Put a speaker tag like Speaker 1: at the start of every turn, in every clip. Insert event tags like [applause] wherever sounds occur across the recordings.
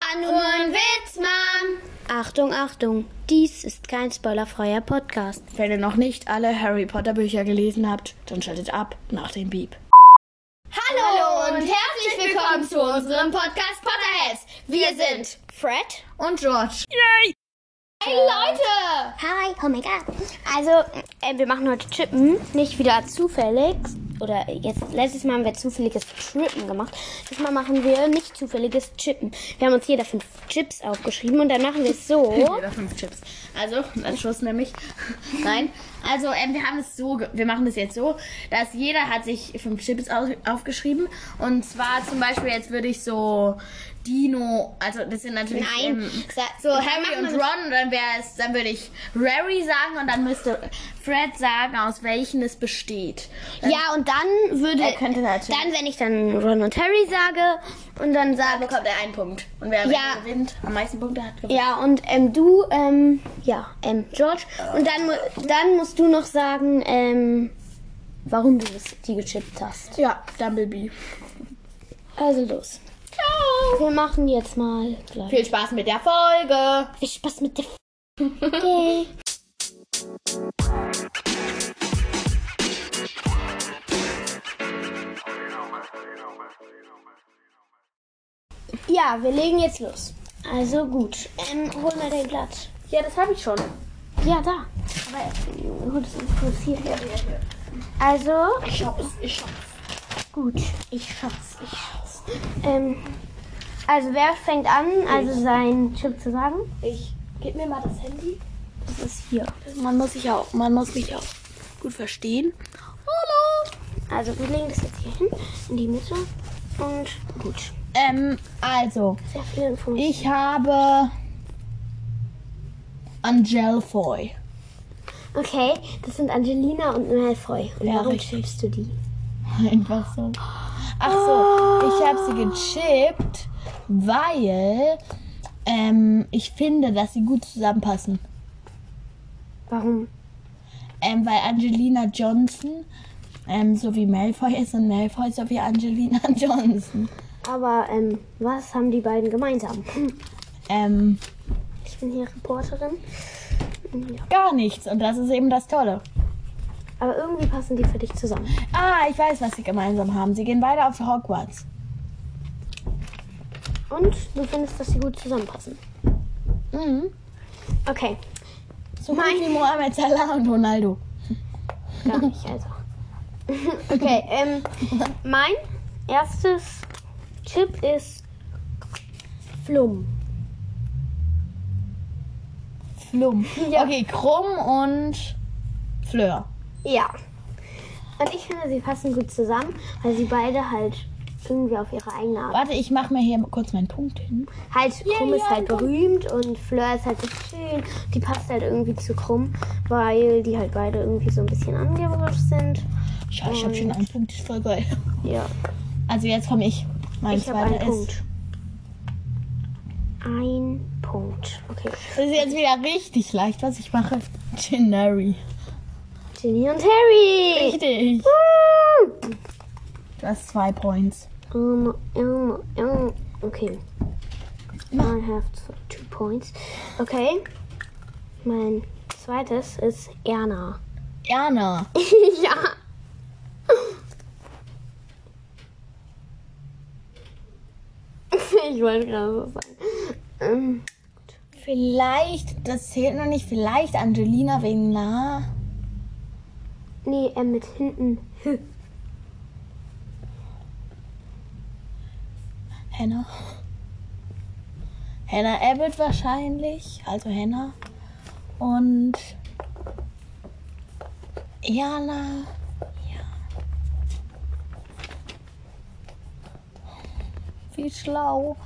Speaker 1: Ah, nur ein Witz, Mom.
Speaker 2: Achtung, Achtung, dies ist kein spoilerfreier Podcast.
Speaker 3: Wenn ihr noch nicht alle Harry Potter Bücher gelesen habt, dann schaltet ab nach dem Beep.
Speaker 1: Hallo und herzlich willkommen zu unserem Podcast Potterheads. Wir sind
Speaker 2: Fred?
Speaker 1: und George. Hey Leute!
Speaker 2: Hi, oh mein Gott. Also, äh, wir machen heute Chippen, nicht wieder zufällig. Oder jetzt, letztes Mal haben wir zufälliges Chippen gemacht. Diesmal machen wir nicht zufälliges Chippen. Wir haben uns jeder fünf Chips aufgeschrieben und dann machen wir es [laughs] so.
Speaker 1: Oder fünf Chips. Also, ein Schuss nämlich. [laughs] Nein. Also, ähm, wir haben es so, ge- wir machen es jetzt so, dass jeder hat sich fünf Chips au- aufgeschrieben. Und zwar zum Beispiel, jetzt würde ich so Dino, also das sind natürlich
Speaker 2: Nein.
Speaker 1: Ähm,
Speaker 2: Sa-
Speaker 1: so
Speaker 2: wir
Speaker 1: Harry
Speaker 2: machen
Speaker 1: und
Speaker 2: das-
Speaker 1: Ron und dann wäre es, dann würde ich Rary sagen und dann müsste Fred sagen, aus welchen es besteht.
Speaker 2: Ja, und dann würde.
Speaker 1: Er könnte natürlich-
Speaker 2: Dann, wenn ich dann Ron und Harry sage und dann
Speaker 1: Da
Speaker 2: sage.
Speaker 1: bekommt er einen Punkt. Und wer am
Speaker 2: Ja.
Speaker 1: Ende gewinnt, am meisten Punkte hat, gewinnt.
Speaker 2: Ja, und ähm, du, ähm, ja, ähm, George. Und dann, mu- dann musst du noch sagen, ähm, warum du es- die gechippt hast.
Speaker 1: Ja, Dumblebee.
Speaker 2: Also los. Ciao. Wir machen jetzt mal gleich.
Speaker 1: Viel Spaß mit der Folge.
Speaker 2: Viel Spaß mit der F [laughs] okay. Ja, wir legen jetzt los. Also gut. Ähm, hol mal dein Blatt.
Speaker 1: Ja, das habe ich schon.
Speaker 2: Ja, da. Aber hol das uns hier. Also,
Speaker 1: Ich schaff's, ich schaff's.
Speaker 2: Gut, ich schaff's, ich schaff's. Ähm, also wer fängt an, also seinen Chip zu sagen?
Speaker 3: Ich gib mir mal das Handy.
Speaker 2: Das ist hier.
Speaker 3: Man muss sich auch, man muss mich auch gut verstehen.
Speaker 2: Also wir legen das jetzt hier hin, in die Mitte. Und gut,
Speaker 1: Ähm, also,
Speaker 2: sehr viele Informationen.
Speaker 1: ich habe Angelfoy.
Speaker 2: Okay, das sind Angelina und Malfoy. Und
Speaker 1: Ja,
Speaker 2: warum
Speaker 1: richtig.
Speaker 2: schiebst du die?
Speaker 1: [laughs] Einfach so. Ach so, ich habe sie gechippt, weil ähm, ich finde, dass sie gut zusammenpassen.
Speaker 2: Warum?
Speaker 1: Ähm, weil Angelina Johnson ähm, so wie Malfoy ist und Malfoy so wie Angelina [laughs] Johnson.
Speaker 2: Aber ähm, was haben die beiden gemeinsam?
Speaker 1: Ähm,
Speaker 2: Ich bin hier Reporterin. Ja.
Speaker 1: gar nichts und das ist eben das Tolle.
Speaker 2: Aber irgendwie passen die für dich zusammen.
Speaker 1: Ah, ich weiß, was sie gemeinsam haben. Sie gehen beide auf Hogwarts.
Speaker 2: Und du findest, dass sie gut zusammenpassen.
Speaker 1: Mhm.
Speaker 2: Okay,
Speaker 1: So gut wie Mohamed Salah und Ronaldo.
Speaker 2: Gar nicht, also. [laughs] Okay, ähm, mein erstes Chip ist Flum.
Speaker 1: Flum.
Speaker 2: Ja.
Speaker 1: Okay, Krumm und Fleur.
Speaker 2: Ja. Und ich finde, sie passen gut zusammen, weil sie beide halt irgendwie auf ihre eigene Art.
Speaker 1: Warte, ich mache mir hier kurz meinen Punkt hin.
Speaker 2: Halt, Krumm ist
Speaker 1: ja,
Speaker 2: halt berühmt und Fleur ist halt so schön. Die passt halt irgendwie zu Krumm, weil die halt beide irgendwie so ein bisschen angeberisch sind.
Speaker 1: Schau, ich habe schon einen Punkt. Ist voll geil.
Speaker 2: Ja,
Speaker 1: Also jetzt komme ich. Mein
Speaker 2: ich habe
Speaker 1: zweiter
Speaker 2: einen Punkt.
Speaker 1: ist.
Speaker 2: Ein Punkt. Okay.
Speaker 1: Das ist jetzt wieder richtig leicht, was ich mache. Genary.
Speaker 2: Ginny und Harry.
Speaker 1: Richtig.
Speaker 2: Woo!
Speaker 1: Du hast zwei Points.
Speaker 2: Um, um, um. Okay. I have two points. Okay. Mein zweites ist Erna. [laughs]
Speaker 1: Erna.
Speaker 2: ja. ich wollte gerade so sagen. Ähm,
Speaker 1: Vielleicht, das zählt noch nicht, vielleicht Angelina wegen La.
Speaker 2: nee, äh, mit hinten. H.
Speaker 1: Hannah. Hannah Abbott wahrscheinlich, also Hannah. Und Jana. Ja. Wie schlau.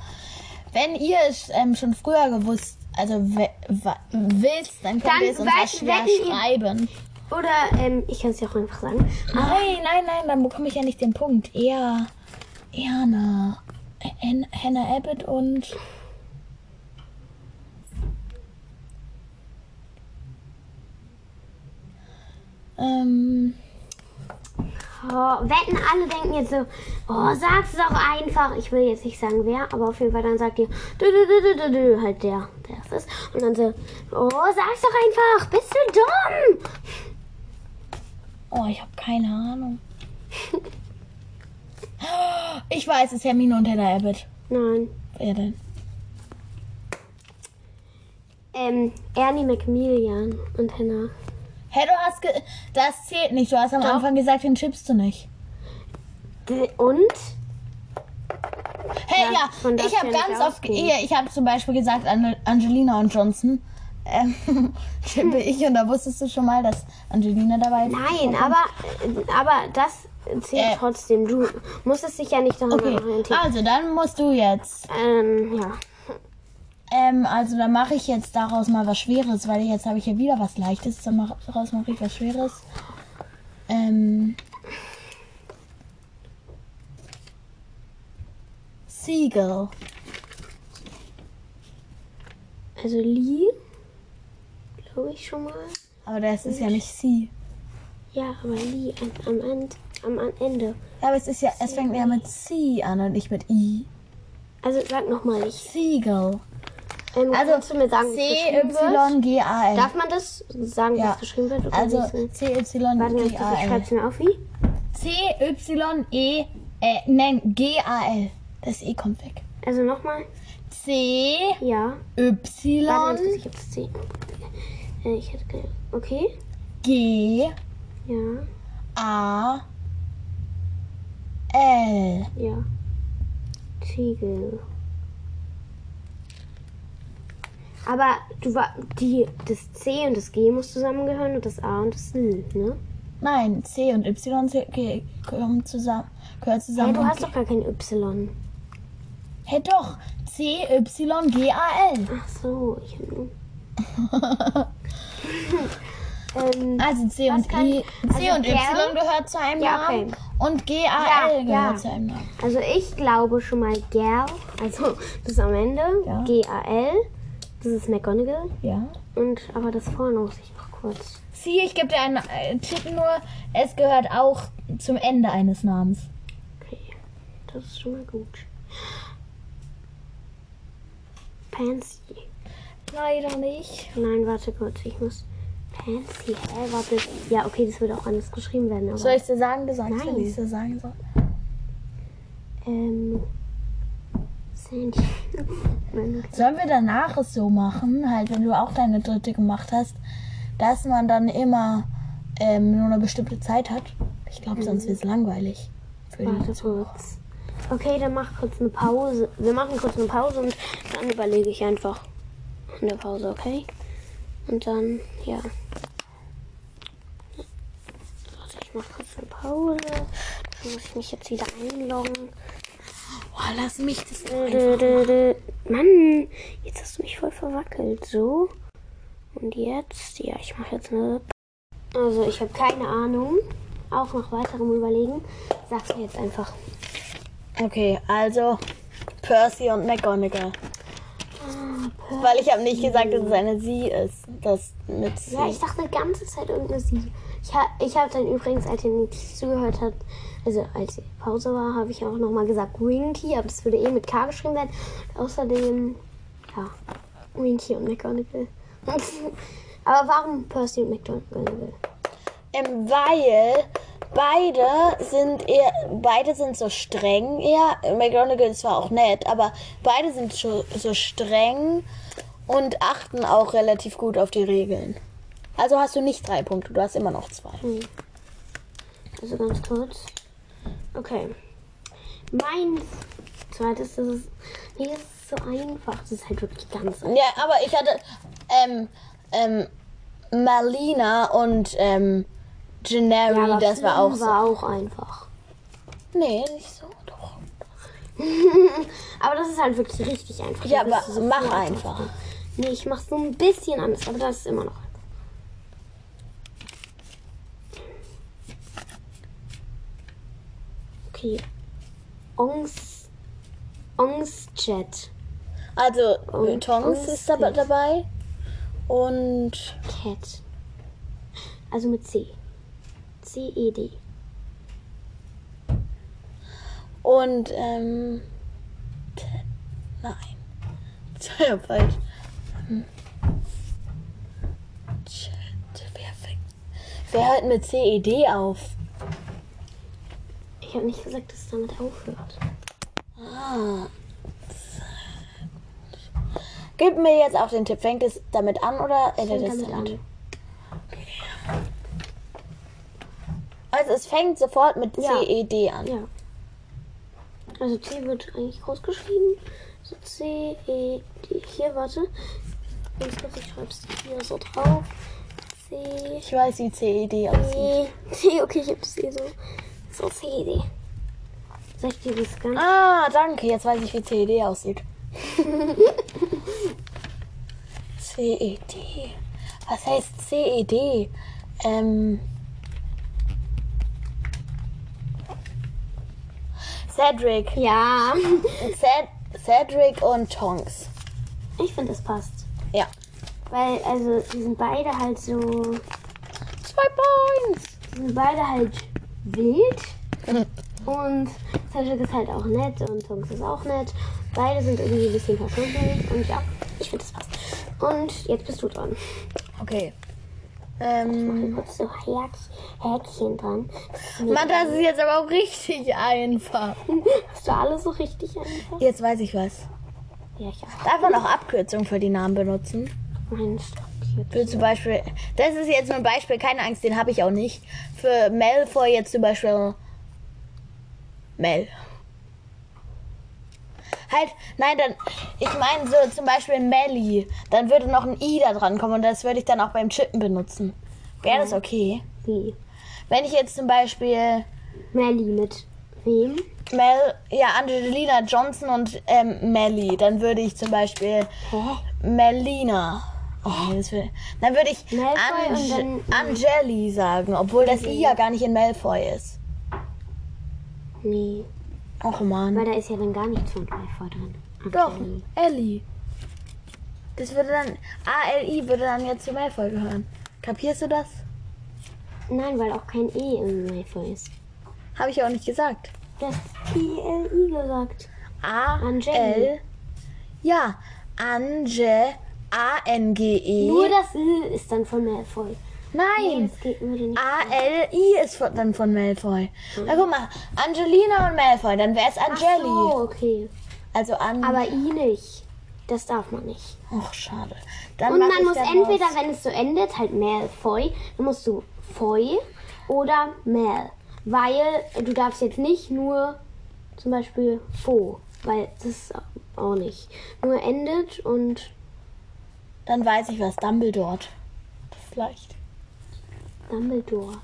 Speaker 1: Wenn ihr es ähm, schon früher gewusst, also we- wa- wisst, dann könnt
Speaker 2: Dann
Speaker 1: ihr es uns
Speaker 2: we-
Speaker 1: auch schwer
Speaker 2: wenn ihr-
Speaker 1: schreiben.
Speaker 2: Oder, ähm, ich kann es ja auch einfach sagen.
Speaker 1: Nein, nein, nein, dann bekomme ich ja nicht den Punkt. Eher Erna. Hen- Hannah Abbott und. Ähm.
Speaker 2: Oh, wetten, alle denken jetzt so, oh, sag's doch einfach. Ich will jetzt nicht sagen wer, aber auf jeden Fall dann sagt ihr, du, du, du, du, du, du, halt der, der es ist. Und dann so, oh, sag's doch einfach, bist du dumm?
Speaker 1: Oh, ich habe keine Ahnung. Ich weiß es, Hermine und Hedda Abbott.
Speaker 2: Nein.
Speaker 1: Wer denn?
Speaker 2: Ähm, Ernie Macmillan und Hannah.
Speaker 1: Hä, du hast ge Das zählt nicht. Du hast am Anfang gesagt, den chippst du nicht.
Speaker 2: D- Und? Ja,
Speaker 1: Hey, ja,
Speaker 2: von das
Speaker 1: ich habe
Speaker 2: kann ich
Speaker 1: ganz oft,
Speaker 2: ausgehen.
Speaker 1: hier, ich habe zum Beispiel gesagt, Ange- Angelina und Johnson ähm, [laughs] chippe ich und da wusstest du schon mal, dass Angelina dabei ist.
Speaker 2: Nein, aber, äh, aber das zählt
Speaker 1: Äh.
Speaker 2: trotzdem. Du musstest dich ja nicht daran
Speaker 1: Okay, Ah.
Speaker 2: orientieren.
Speaker 1: also dann musst du jetzt.
Speaker 2: Ähm, ja.
Speaker 1: Ähm, also dann mache ich jetzt daraus mal was Schweres, weil jetzt habe ich ja wieder was Leichtes. Dann mach, daraus mache ich was Schweres. Ähm. Seagull.
Speaker 2: Also Lee, glaube ich schon mal.
Speaker 1: Aber das ist ja nicht Sea.
Speaker 2: Ja, aber Lee am- am, End, am, am Ende.
Speaker 1: Ja, aber es ist ja, es fängt ja mit C an und nicht mit I.
Speaker 2: Also sag nochmal, ich.
Speaker 1: Seagull.
Speaker 2: Ähm,
Speaker 1: Also,
Speaker 2: kannst du mir sagen, wie es geschrieben wird?
Speaker 1: C-Y-G-A-L.
Speaker 2: Darf man das sagen, wie
Speaker 1: Ja.
Speaker 2: es geschrieben wird? Oder
Speaker 1: Also
Speaker 2: wie es- Warte mal, ich
Speaker 1: C-Y-G-A-L.
Speaker 2: schreib's mir auf wie?
Speaker 1: C-Y-E, äh, nein, G-A-L. Das E kommt weg.
Speaker 2: Also nochmal?
Speaker 1: C-Y.
Speaker 2: Ja. Warte mal, ich hab's C. Äh, Ich hätte keine. Okay.
Speaker 1: G
Speaker 2: Ja.
Speaker 1: A L.
Speaker 2: Ja. Ziegel. Aber du war die das C und das G muss zusammengehören und das A und das L, ne?
Speaker 1: Nein, C und Y z- ge- kommen zusammen, gehört
Speaker 2: Hey,
Speaker 1: zusammen.
Speaker 2: du
Speaker 1: und
Speaker 2: hast
Speaker 1: ge-
Speaker 2: doch gar kein Y.
Speaker 1: hey doch, C Y G A L. [laughs]
Speaker 2: Ach so, ich hab nur. ähm,
Speaker 1: Also C
Speaker 2: Was
Speaker 1: und
Speaker 2: kann-
Speaker 1: I, C
Speaker 2: also
Speaker 1: und
Speaker 2: Gel?
Speaker 1: Y gehört zu einem
Speaker 2: Ja, okay.
Speaker 1: Namen und G A L
Speaker 2: Ja, ja.
Speaker 1: gehört zu einem Namen.
Speaker 2: also ich glaube schon mal Gal, also [laughs] das am Ende
Speaker 1: Ja.
Speaker 2: G A L. Das ist McGonagall
Speaker 1: Ja.
Speaker 2: und aber das vorne muss ich noch kurz.
Speaker 1: Sie, ich gebe dir einen äh, Tipp nur, es gehört auch zum Ende eines Namens.
Speaker 2: Okay, das ist schon mal gut. Pansy.
Speaker 1: Leider nicht.
Speaker 2: Nein, warte kurz, ich muss. Pansy, hä, warte. Ja, okay, das wird auch anders geschrieben werden, aber.
Speaker 1: Soll ich dir sagen, du sagst,
Speaker 2: Nein.
Speaker 1: wenn ich dir sagen soll?
Speaker 2: Ähm. Sandy. [laughs] Nein,
Speaker 1: Sollen wir danach es so machen, halt wenn du auch deine dritte gemacht hast, dass man dann immer ähm, nur eine bestimmte Zeit hat? Ich glaube, sonst wird es langweilig. Für die.
Speaker 2: warte kurz. Okay, dann mach kurz eine Pause. Wir machen kurz eine Pause und dann überlege ich einfach. In der Pause, okay? Und dann, ja. Warte, ich mach kurz eine Pause. Dann muss ich mich jetzt wieder einloggen.
Speaker 1: Boah, lass mich das
Speaker 2: Dö, dö, dö. Mann, jetzt hast du mich voll verwackelt. So. Und jetzt? Ja, ich mache jetzt eine. Also, ich habe keine Ahnung. Auch nach weiterem Überlegen. Sag's mir jetzt einfach.
Speaker 1: Okay, also Percy und McGonagall. Weil ich habe nicht gesagt, dass es eine Sie ist. Das mit Sie.
Speaker 2: Ja, ich dachte die ganze Zeit irgendeine Sie. Ich, ha ich habe dann übrigens, als ihr nicht zugehört habt, also als die Pause war, habe ich auch nochmal gesagt Winky, aber das würde eh mit K geschrieben werden. Und außerdem, ja, Winky und McGonagall. [laughs] aber warum Percy und McGonagall?
Speaker 1: Ähm, weil beide sind eher, beide sind so streng eher. McGonagall ist zwar auch nett, aber beide sind so, so streng und achten auch relativ gut auf die Regeln. Also hast du nicht drei Punkte, du hast immer noch zwei.
Speaker 2: Hm. Also ganz kurz. Okay. Mein zweites das ist. Nee, das ist so einfach. Das ist halt wirklich ganz einfach.
Speaker 1: Ja, aber ich hatte ähm, ähm, Marlina und ähm, Gennari,
Speaker 2: Ja, aber
Speaker 1: das war auch
Speaker 2: Fliegen
Speaker 1: so.
Speaker 2: war auch einfach.
Speaker 1: Nee, nicht so, doch.
Speaker 2: Aber das ist halt wirklich richtig einfach. Da
Speaker 1: Ja,
Speaker 2: bist
Speaker 1: aber
Speaker 2: du so
Speaker 1: mach
Speaker 2: voll
Speaker 1: einfach.
Speaker 2: drauf. Nee, ich mach's so ein bisschen anders, aber das ist immer noch. einfach. Okay. Ongs. Ongs Jet.
Speaker 1: Also,
Speaker 2: Und-
Speaker 1: Tongs
Speaker 2: und
Speaker 1: ist dab
Speaker 2: Steve.
Speaker 1: dabei und
Speaker 2: E Cat. Also mit C. C-E-D.
Speaker 1: Und, ähm. t- Nein. [laughs] Das war ja falsch. Hm. Chat, wer fängt? Wer hört mit CED auf?
Speaker 2: Ich habe nicht gesagt, dass es damit aufhört.
Speaker 1: Ah. Gib mir jetzt auch den Tipp. Fängt es damit an oder endet
Speaker 2: Fängt
Speaker 1: es
Speaker 2: damit
Speaker 1: damit?
Speaker 2: an.
Speaker 1: Also es fängt sofort mit
Speaker 2: Ja.
Speaker 1: CED an.
Speaker 2: Ja. Also C wird eigentlich groß geschrieben. So C, E, D. Hier, warte. Ich glaube, ich schreibe es hier so drauf. C,
Speaker 1: Ich weiß, wie CED aussieht.
Speaker 2: E, D. [laughs] Okay, ich habe C so. So C, E, D. Soll ich dir das ganz?
Speaker 1: Ah, danke. Jetzt weiß ich, wie CED [laughs] aussieht. CED. E Was heißt CED? Ähm. Cedric.
Speaker 2: Ja. [laughs]
Speaker 1: Ced Cedric und Tonks.
Speaker 2: Ich finde, das passt.
Speaker 1: Ja.
Speaker 2: Weil, also, die sind beide halt so.
Speaker 1: Zwei Points.
Speaker 2: Die sind beide halt
Speaker 1: [laughs]
Speaker 2: wild. Und Cedric ist halt auch nett und Tonks ist auch nett. Beide sind irgendwie ein bisschen verschwunden. Und ja, ich finde, das passt. Und jetzt bist du dran.
Speaker 1: Okay.
Speaker 2: Ich
Speaker 1: Ähm.
Speaker 2: mache kurz so Häk Häkchen
Speaker 1: [laughs]
Speaker 2: dran.
Speaker 1: Mann, das ist jetzt aber auch richtig einfach.
Speaker 2: Hast du alles so richtig einfach?
Speaker 1: Jetzt weiß ich was.
Speaker 2: Ja, ich hab
Speaker 1: Darf man auch Abkürzungen für die Namen benutzen?
Speaker 2: meinen Stock
Speaker 1: Für zum Beispiel, das ist jetzt nur ein Beispiel, keine Angst, den habe ich auch nicht. Für Malfoy jetzt zum Beispiel Mel. Halt, nein, dann, ich meine so zum Beispiel Melly, dann würde noch ein I da dran kommen und das würde ich dann auch beim Chippen benutzen. Wäre das okay?
Speaker 2: Wie?
Speaker 1: Wenn ich jetzt zum Beispiel
Speaker 2: Melly mit wem?
Speaker 1: Mel, ja, Angelina Johnson und ähm, Melly, dann würde ich zum Beispiel
Speaker 2: Hä?
Speaker 1: Melina. Oh, nee, das wär- dann würde ich
Speaker 2: Malfoy
Speaker 1: Ange
Speaker 2: und dann-
Speaker 1: Angeli sagen, obwohl das I ja gar nicht in Malfoy ist.
Speaker 2: Nee.
Speaker 1: Och man.
Speaker 2: Weil da ist ja dann gar nichts von Malfoy drin.
Speaker 1: Doch,
Speaker 2: Angeli.
Speaker 1: Ellie. Das würde dann, A-L-I würde dann jetzt zu Malfoy gehören. Kapierst du das?
Speaker 2: Nein, weil auch kein E in Malfoy ist.
Speaker 1: Habe ich ja auch nicht gesagt.
Speaker 2: Du hast E-L-I gesagt.
Speaker 1: A-L.
Speaker 2: Angeli.
Speaker 1: Ja, Ange, A-N-G-E.
Speaker 2: Nur das I ist dann von Malfoy. Nee,
Speaker 1: E. Nein.
Speaker 2: das geht nur nicht.
Speaker 1: A-L-I ist von, dann von Malfoy. Na guck mal, Angelina und Malfoy, dann wäre es
Speaker 2: Ach
Speaker 1: Angeli.
Speaker 2: so, okay.
Speaker 1: Also an.
Speaker 2: Aber I nicht. Das darf man nicht.
Speaker 1: Ach, schade. Dann
Speaker 2: Und
Speaker 1: mach
Speaker 2: man
Speaker 1: ich
Speaker 2: muss
Speaker 1: dann
Speaker 2: entweder,
Speaker 1: raus.
Speaker 2: wenn es so endet, halt Malfoy, dann musst du Foy oder Mal. Weil du darfst jetzt nicht nur zum Beispiel Fo, weil das ist auch nicht. Nur endet und
Speaker 1: Dann weiß ich was. Dumbledore. Das ist leicht.
Speaker 2: Dumbledore.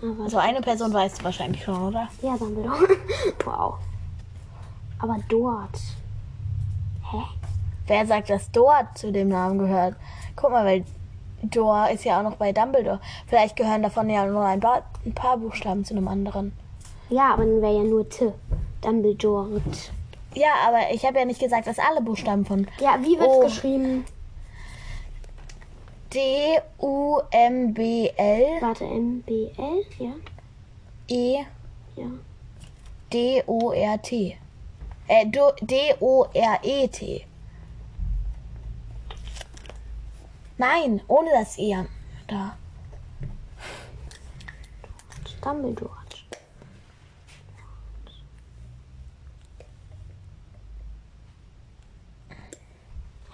Speaker 2: Aber
Speaker 1: Also eine Person weißt du wahrscheinlich schon, oder?
Speaker 2: ja, Dumbledore. [laughs] wow. Aber dort. Hä?
Speaker 1: Wer sagt, dass Dor zu dem Namen gehört? Guck mal, weil Dor ist ja auch noch bei Dumbledore. Vielleicht gehören davon ja nur ein paar, ein paar Buchstaben zu einem anderen.
Speaker 2: Ja, aber dann wäre ja nur T. Dumbledore.
Speaker 1: Ja, aber ich habe ja nicht gesagt, dass alle Buchstaben von
Speaker 2: Ja, wie wird's
Speaker 1: Oh.
Speaker 2: geschrieben?
Speaker 1: D-U-M-B-L-E-D-O-R.
Speaker 2: Warte, M, B, L? Ja,
Speaker 1: E
Speaker 2: ja.
Speaker 1: D-O-R-T. Äh, Do- D-O-R-E-T. Nein, ohne das E am- da.
Speaker 2: Dumbledore.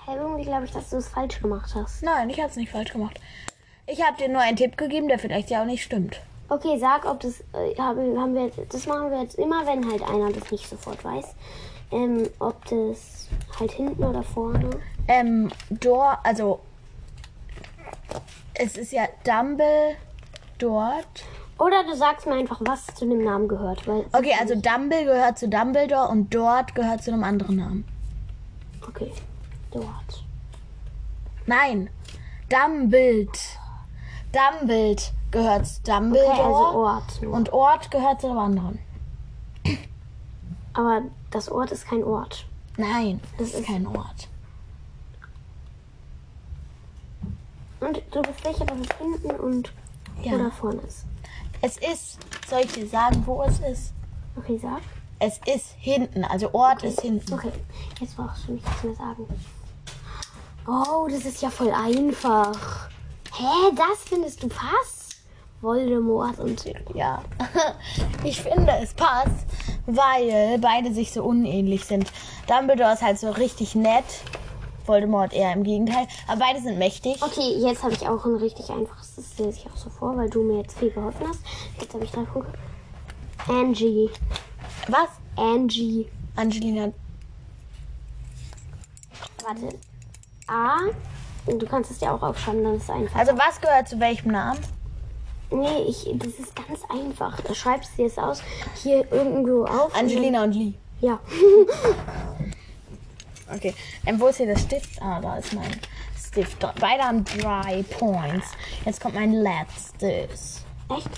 Speaker 2: Hey, irgendwie glaube ich, dass du es falsch gemacht hast.
Speaker 1: Nein, ich hab's nicht falsch gemacht. Ich hab dir nur einen Tipp gegeben, der vielleicht ja auch nicht stimmt.
Speaker 2: Okay, sag, ob das äh, haben, haben wir jetzt, das machen wir jetzt immer, wenn halt einer das nicht sofort weiß. Ähm, ob das halt hinten oder vorne.
Speaker 1: Ähm, Dor, also. Es ist ja Dumble dort.
Speaker 2: Oder du sagst mir einfach, was zu dem Namen gehört, weil
Speaker 1: Okay, also Dumble gehört zu Dumbledore und dort gehört zu einem anderen Namen.
Speaker 2: okay. Dort.
Speaker 1: Nein. Dumbelt. Dumbelt gehört zu Dumbledore.
Speaker 2: Okay, also Ort. Nur.
Speaker 1: Und Ort gehört zu einem anderen.
Speaker 2: Aber das Ort ist kein Ort.
Speaker 1: Nein, das ist kein Ort.
Speaker 2: Und du bist sicher, dass es hinten und
Speaker 1: Ja.
Speaker 2: oder vorne ist.
Speaker 1: Es ist, soll ich dir sagen, wo es ist?
Speaker 2: Okay, sag.
Speaker 1: Es ist hinten, also Ort ist hinten.
Speaker 2: Okay, jetzt brauchst du nichts mehr sagen. Oh, das ist ja voll einfach. Hä, das findest du passt? Voldemort und...
Speaker 1: Ja. [laughs] Ich finde, es passt, weil beide sich so unähnlich sind. Dumbledore ist halt so richtig nett. Voldemort eher im Gegenteil. Aber beide sind mächtig.
Speaker 2: Okay, jetzt habe ich auch ein richtig einfaches. Das lese ich auch so vor, weil du mir jetzt viel geholfen hast. Jetzt habe ich da gucke. Angie.
Speaker 1: Was?
Speaker 2: Angie.
Speaker 1: Angelina.
Speaker 2: Warte. A. Du kannst es dir auch aufschreiben, dann ist es einfach.
Speaker 1: Also was gehört zu welchem Namen?
Speaker 2: Nee, ich, das ist ganz einfach. Du schreibst dir es aus. Hier irgendwo auf.
Speaker 1: Angelina und Lee.
Speaker 2: Ja.
Speaker 1: Okay. Ähm, wo ist hier das Stift? Ah, da ist mein Stift. Beide haben drei Points. Jetzt kommt mein letztes.
Speaker 2: Echt?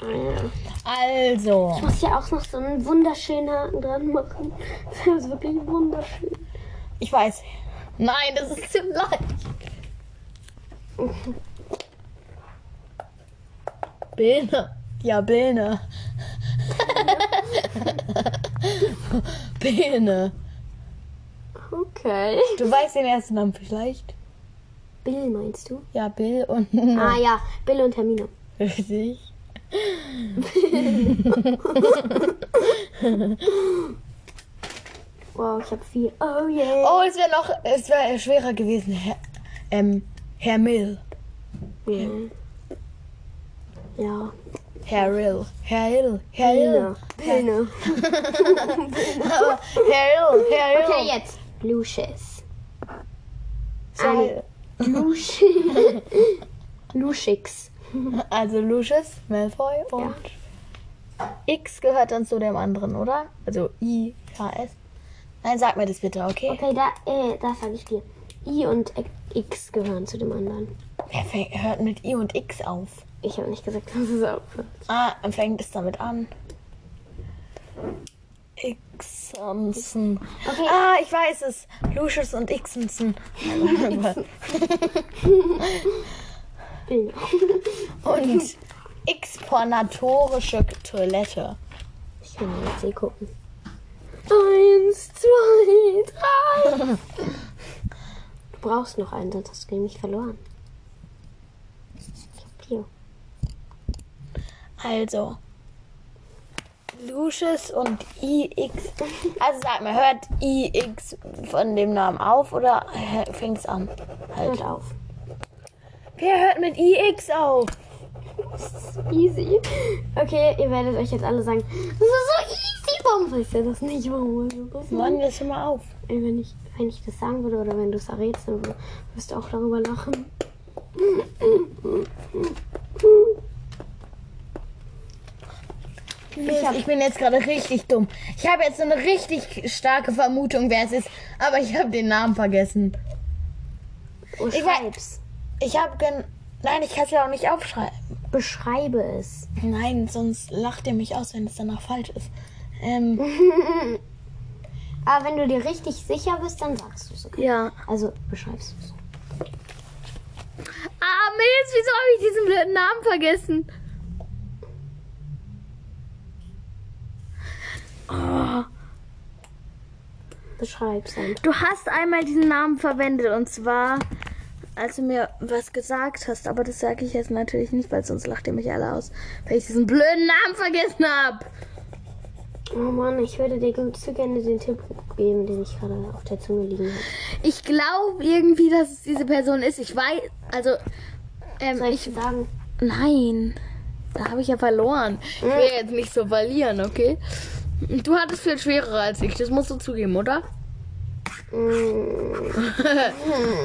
Speaker 2: Ah, ja.
Speaker 1: Also.
Speaker 2: Ich muss hier auch noch so einen wunderschönen Haken dran machen. [laughs] Das ist wirklich wunderschön.
Speaker 1: Ich weiß. Nein, das ist zu leicht. Birne. Ja, Birne. [laughs] Birne.
Speaker 2: Okay.
Speaker 1: Du weißt den ersten Namen vielleicht?
Speaker 2: Bill meinst du?
Speaker 1: Ja, Bill und. [laughs]
Speaker 2: Ah ja, Bill und Hermine.
Speaker 1: Richtig.
Speaker 2: Wow, ich habe vier. Oh yeah.
Speaker 1: Oh, es wäre noch. Es wäre schwerer gewesen, Herr. Ähm, Herr Mill.
Speaker 2: Mhm. Ja.
Speaker 1: Herr Rill. Herr Hill. Herr Hill.
Speaker 2: Bill. Bill.
Speaker 1: Aber [laughs] Herr Hill. Herr Hill.
Speaker 2: Okay, jetzt. Lucius.
Speaker 1: Zwei-
Speaker 2: [laughs] Lucius. Luschix.
Speaker 1: Also Lucius, Malfoy und X gehört dann zu dem anderen, oder? Also I, K, S. Nein, sag mir das bitte, okay?
Speaker 2: Okay, da, äh, das sage ich dir. I und X gehören zu dem anderen.
Speaker 1: Wer fängt, hört mit I und X auf?
Speaker 2: Ich habe nicht gesagt, dass es aufhört.
Speaker 1: Ah, dann fängt es damit an. Xamson.
Speaker 2: Okay.
Speaker 1: Ah, ich weiß es. Lucius und Xamson.
Speaker 2: Bill.
Speaker 1: und exponatorische Toilette.
Speaker 2: Ich kann mal jetzt eh gucken. Eins, zwei, drei.
Speaker 1: [laughs]
Speaker 2: du brauchst noch einen, sonst hast du nämlich verloren. Ich hab hier.
Speaker 1: Also. Lucius und IX. Also sag mal, hört IX von dem Namen auf oder fängt es an? Halt.
Speaker 2: Hört auf.
Speaker 1: Wer hört mit IX auf?
Speaker 2: Easy. Okay, ihr werdet euch jetzt alle sagen, das ist so easy. Warum weißt du das nicht? Warum weißt du das nicht?
Speaker 1: Mann, das immer auf.
Speaker 2: Ey, wenn ich, wenn ich das sagen würde oder wenn du es errätst, dann wür- wirst du auch darüber lachen.
Speaker 1: Ich, hab, ich bin jetzt gerade richtig dumm. Ich habe jetzt so eine richtig starke Vermutung, wer es ist, aber ich habe den Namen vergessen.
Speaker 2: Oh,
Speaker 1: Ich wei-
Speaker 2: schreib's.
Speaker 1: Ich habe gen. Nein, ich kann es ja auch nicht aufschreiben.
Speaker 2: Beschreibe es.
Speaker 1: Nein, sonst lacht ihr mich aus, wenn es danach falsch ist.
Speaker 4: [laughs]
Speaker 1: Ähm,
Speaker 2: Aber wenn du dir richtig sicher bist, dann sagst du es. Okay?
Speaker 1: ja.
Speaker 2: Also beschreibst du es.
Speaker 4: Ah, Mist, wieso habe ich diesen blöden Namen vergessen?
Speaker 2: Beschreib's dann.
Speaker 4: Du hast einmal diesen Namen verwendet und zwar, als du mir was gesagt hast, aber das sage ich jetzt natürlich nicht, weil sonst lacht ihr mich alle aus, weil ich diesen blöden Namen vergessen habe.
Speaker 2: Oh Mann, ich würde dir gut zu gerne den Tipp geben, den ich gerade auf der Zunge liegen habe.
Speaker 4: Ich glaube irgendwie, dass es diese Person ist. Ich weiß, also, ähm,
Speaker 2: Soll ich
Speaker 4: ich,
Speaker 2: dir sagen?
Speaker 4: nein, da habe ich ja verloren. Ich will jetzt nicht so verlieren, okay? Du hattest viel schwerer als ich, das musst du zugeben, oder? [laughs]
Speaker 2: Mm,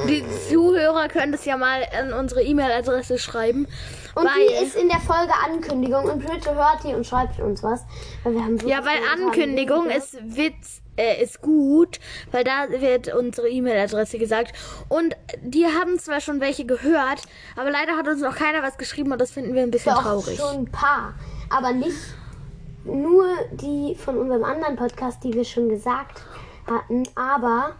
Speaker 4: Die Zuhörer können das ja mal an unsere E-Mail-Adresse schreiben.
Speaker 2: Und
Speaker 4: weil,
Speaker 2: die ist in der Folge Ankündigung und bitte hört die und schreibt uns was. Weil wir haben so
Speaker 4: ja, weil
Speaker 2: viele
Speaker 4: Ankündigung
Speaker 2: Anliegen.
Speaker 4: ist Witz, äh, ist gut, weil da wird unsere E-Mail-Adresse gesagt. Und die haben zwar schon welche gehört, aber leider hat uns noch keiner was geschrieben und das finden wir ein bisschen
Speaker 2: Doch,
Speaker 4: traurig.
Speaker 2: schon ein paar. Aber nicht nur die von unserem anderen Podcast, die wir schon gesagt hatten, aber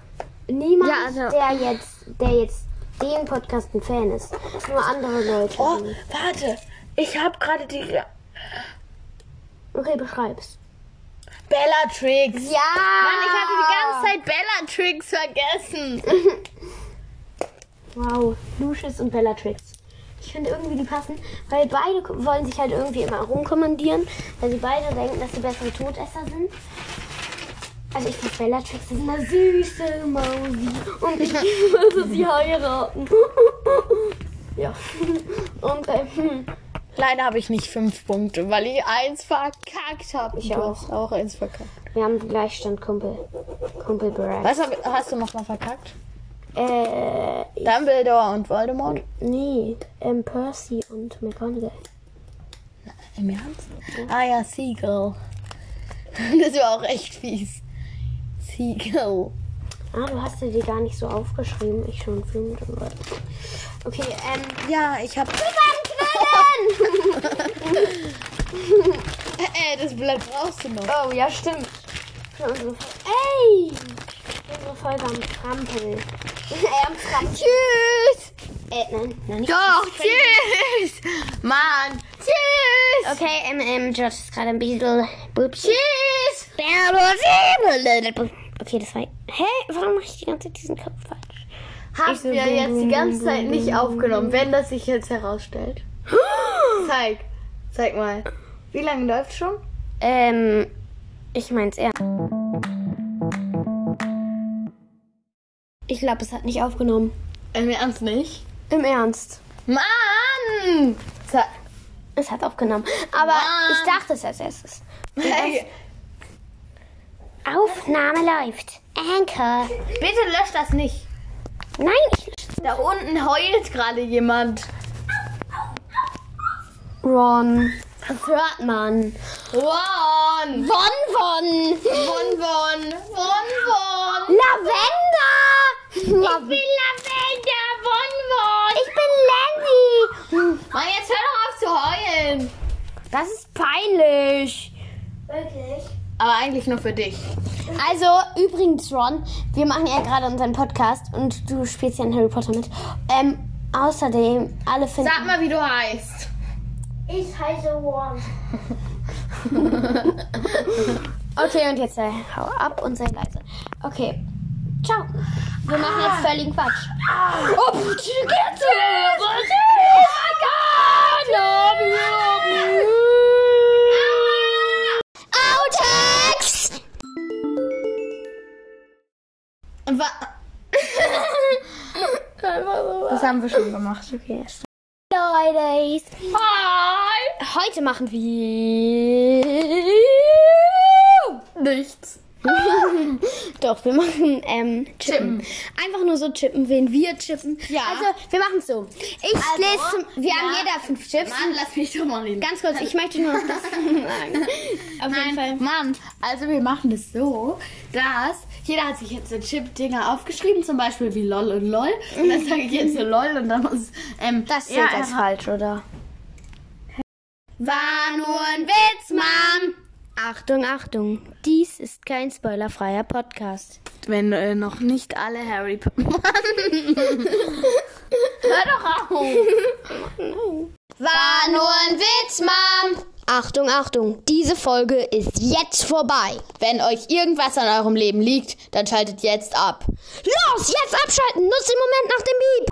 Speaker 2: niemand,
Speaker 4: Ja, also-
Speaker 2: der jetzt, der jetzt den Podcast ein Fan ist. Nur andere Leute.
Speaker 1: Oh, warte. Ich habe gerade die.
Speaker 2: Okay, beschreib's.
Speaker 1: Bellatrix.
Speaker 2: Ja! Mann,
Speaker 4: Ich hatte die ganze Zeit Bellatrix vergessen.
Speaker 2: Wow, Lucius und Bellatrix. Ich finde irgendwie, die passen, weil beide k- wollen sich halt irgendwie immer rumkommandieren, weil sie beide denken, dass sie bessere Todesser sind. Also ich finde Bellatrix ist eine süße Mausi und ich [laughs] würde sie heiraten. [laughs] ja. Und äh, hm,
Speaker 4: Leider habe ich nicht fünf Punkte, weil ich eins verkackt habe.
Speaker 2: Ich
Speaker 4: Du
Speaker 2: auch.
Speaker 4: hast auch eins verkackt.
Speaker 2: wir haben einen Gleichstand, Kumpel. Kumpel Brad.
Speaker 4: Was hab, hast du nochmal verkackt?
Speaker 2: Äh,
Speaker 4: Dumbledore und Voldemort?
Speaker 2: nee, ähm, Percy und McGonagall.
Speaker 4: Im Ernst? Ah ja, Seagull. [laughs] Das war auch echt fies. Seagull.
Speaker 2: Ah, du hast dir die gar nicht so aufgeschrieben. Ich schon viel mit dem Wort. Okay, ähm.
Speaker 4: Ja, ich habe. [laughs] Äh, das Blatt brauchst du noch.
Speaker 2: Oh, ja, stimmt. Für unsere Fol- Ey! Für unsere Folge am Trampel. Ey, am Trampel.
Speaker 4: Tschüss.
Speaker 2: Äh, nein, nein, nicht.
Speaker 4: Doch, tschüss. Mann, tschüss.
Speaker 2: Okay, ähm, ähm, George ist gerade ein bisschen. Bubschi.
Speaker 4: Tschüss.
Speaker 2: Okay, das war. Hä? Warum mache ich die ganze Zeit diesen Kopf falsch?
Speaker 4: Haben
Speaker 2: so
Speaker 4: wir
Speaker 2: bum,
Speaker 4: jetzt die
Speaker 2: bum,
Speaker 4: ganze
Speaker 2: bum,
Speaker 4: Zeit nicht aufgenommen, wenn das sich jetzt herausstellt. Zeig. Zeig mal. Wie lange läuft schon?
Speaker 2: Ähm, ich mein's eher. Ich glaube, es hat nicht aufgenommen.
Speaker 4: Im Ernst nicht?
Speaker 2: Im Ernst.
Speaker 4: Mann! Zeig.
Speaker 2: Es hat aufgenommen. Aber
Speaker 4: Mann.
Speaker 2: ich dachte es als erstes. Aufnahme läuft. Anchor.
Speaker 4: Bitte lösch das nicht.
Speaker 2: Nein, ich.
Speaker 4: Da unten heult gerade jemand.
Speaker 2: Ron. Rodman.
Speaker 4: Ron!
Speaker 2: Bonbon.
Speaker 4: Bonbon! Bonbon!
Speaker 2: Lavender.
Speaker 4: Ich bin Lavender! Bonbon!
Speaker 2: Ich bin Lenny.
Speaker 4: Mann, jetzt hör doch auf zu heulen!
Speaker 2: Das ist peinlich.
Speaker 4: Aber eigentlich nur für dich.
Speaker 2: Also, übrigens, Ron, wir machen ja gerade unseren Podcast und du spielst ja in Harry Potter mit. Ähm, außerdem, alle finden.
Speaker 4: Sag mal, wie du heißt.
Speaker 5: Ich heiße Ron.
Speaker 2: Okay, und jetzt sei, hau ab und sei leise. Okay. Ciao. Wir machen jetzt völligen Quatsch. Oh, pff, tschüss, geht's los. Oh mein Gott. Autex.
Speaker 4: Wa- Das haben wir schon gemacht.
Speaker 2: Okay, stopp. Leute,
Speaker 4: Hi!
Speaker 2: heute machen wir...
Speaker 4: Nichts.
Speaker 2: Doch, wir machen ähm, chippen.
Speaker 4: Chippen.
Speaker 2: Einfach nur so chippen, wen wir chippen.
Speaker 4: Ja. Also,
Speaker 2: Also, wir machen es so. Ich lese zum, Wir haben jeder fünf Chips.
Speaker 4: Mann, lass mich doch mal hin.
Speaker 2: Ganz kurz, ich möchte
Speaker 4: [laughs]
Speaker 2: nur noch das sagen. Auf jeden Fall.
Speaker 4: Nein, Mann, also wir machen das so, dass jeder hat sich jetzt so Chip-Dinger aufgeschrieben, zum Beispiel wie LOL und LOL. Und dann sage ich jetzt so LOL und dann muss. Ähm,
Speaker 2: Das zählt
Speaker 4: er
Speaker 2: als falsch, oder?
Speaker 4: War nur ein Witz, Mann!
Speaker 2: Achtung, Achtung. Dies ist kein spoilerfreier Podcast.
Speaker 4: Wenn äh, noch nicht alle Harry Potter. Mann! Hör doch auf!
Speaker 2: War nur ein Witz, Mom. Achtung, Achtung. Diese Folge ist jetzt vorbei.
Speaker 4: Wenn euch irgendwas an eurem Leben liegt, dann schaltet jetzt ab.
Speaker 2: Los, jetzt abschalten. Nutzt den Moment nach dem Beep.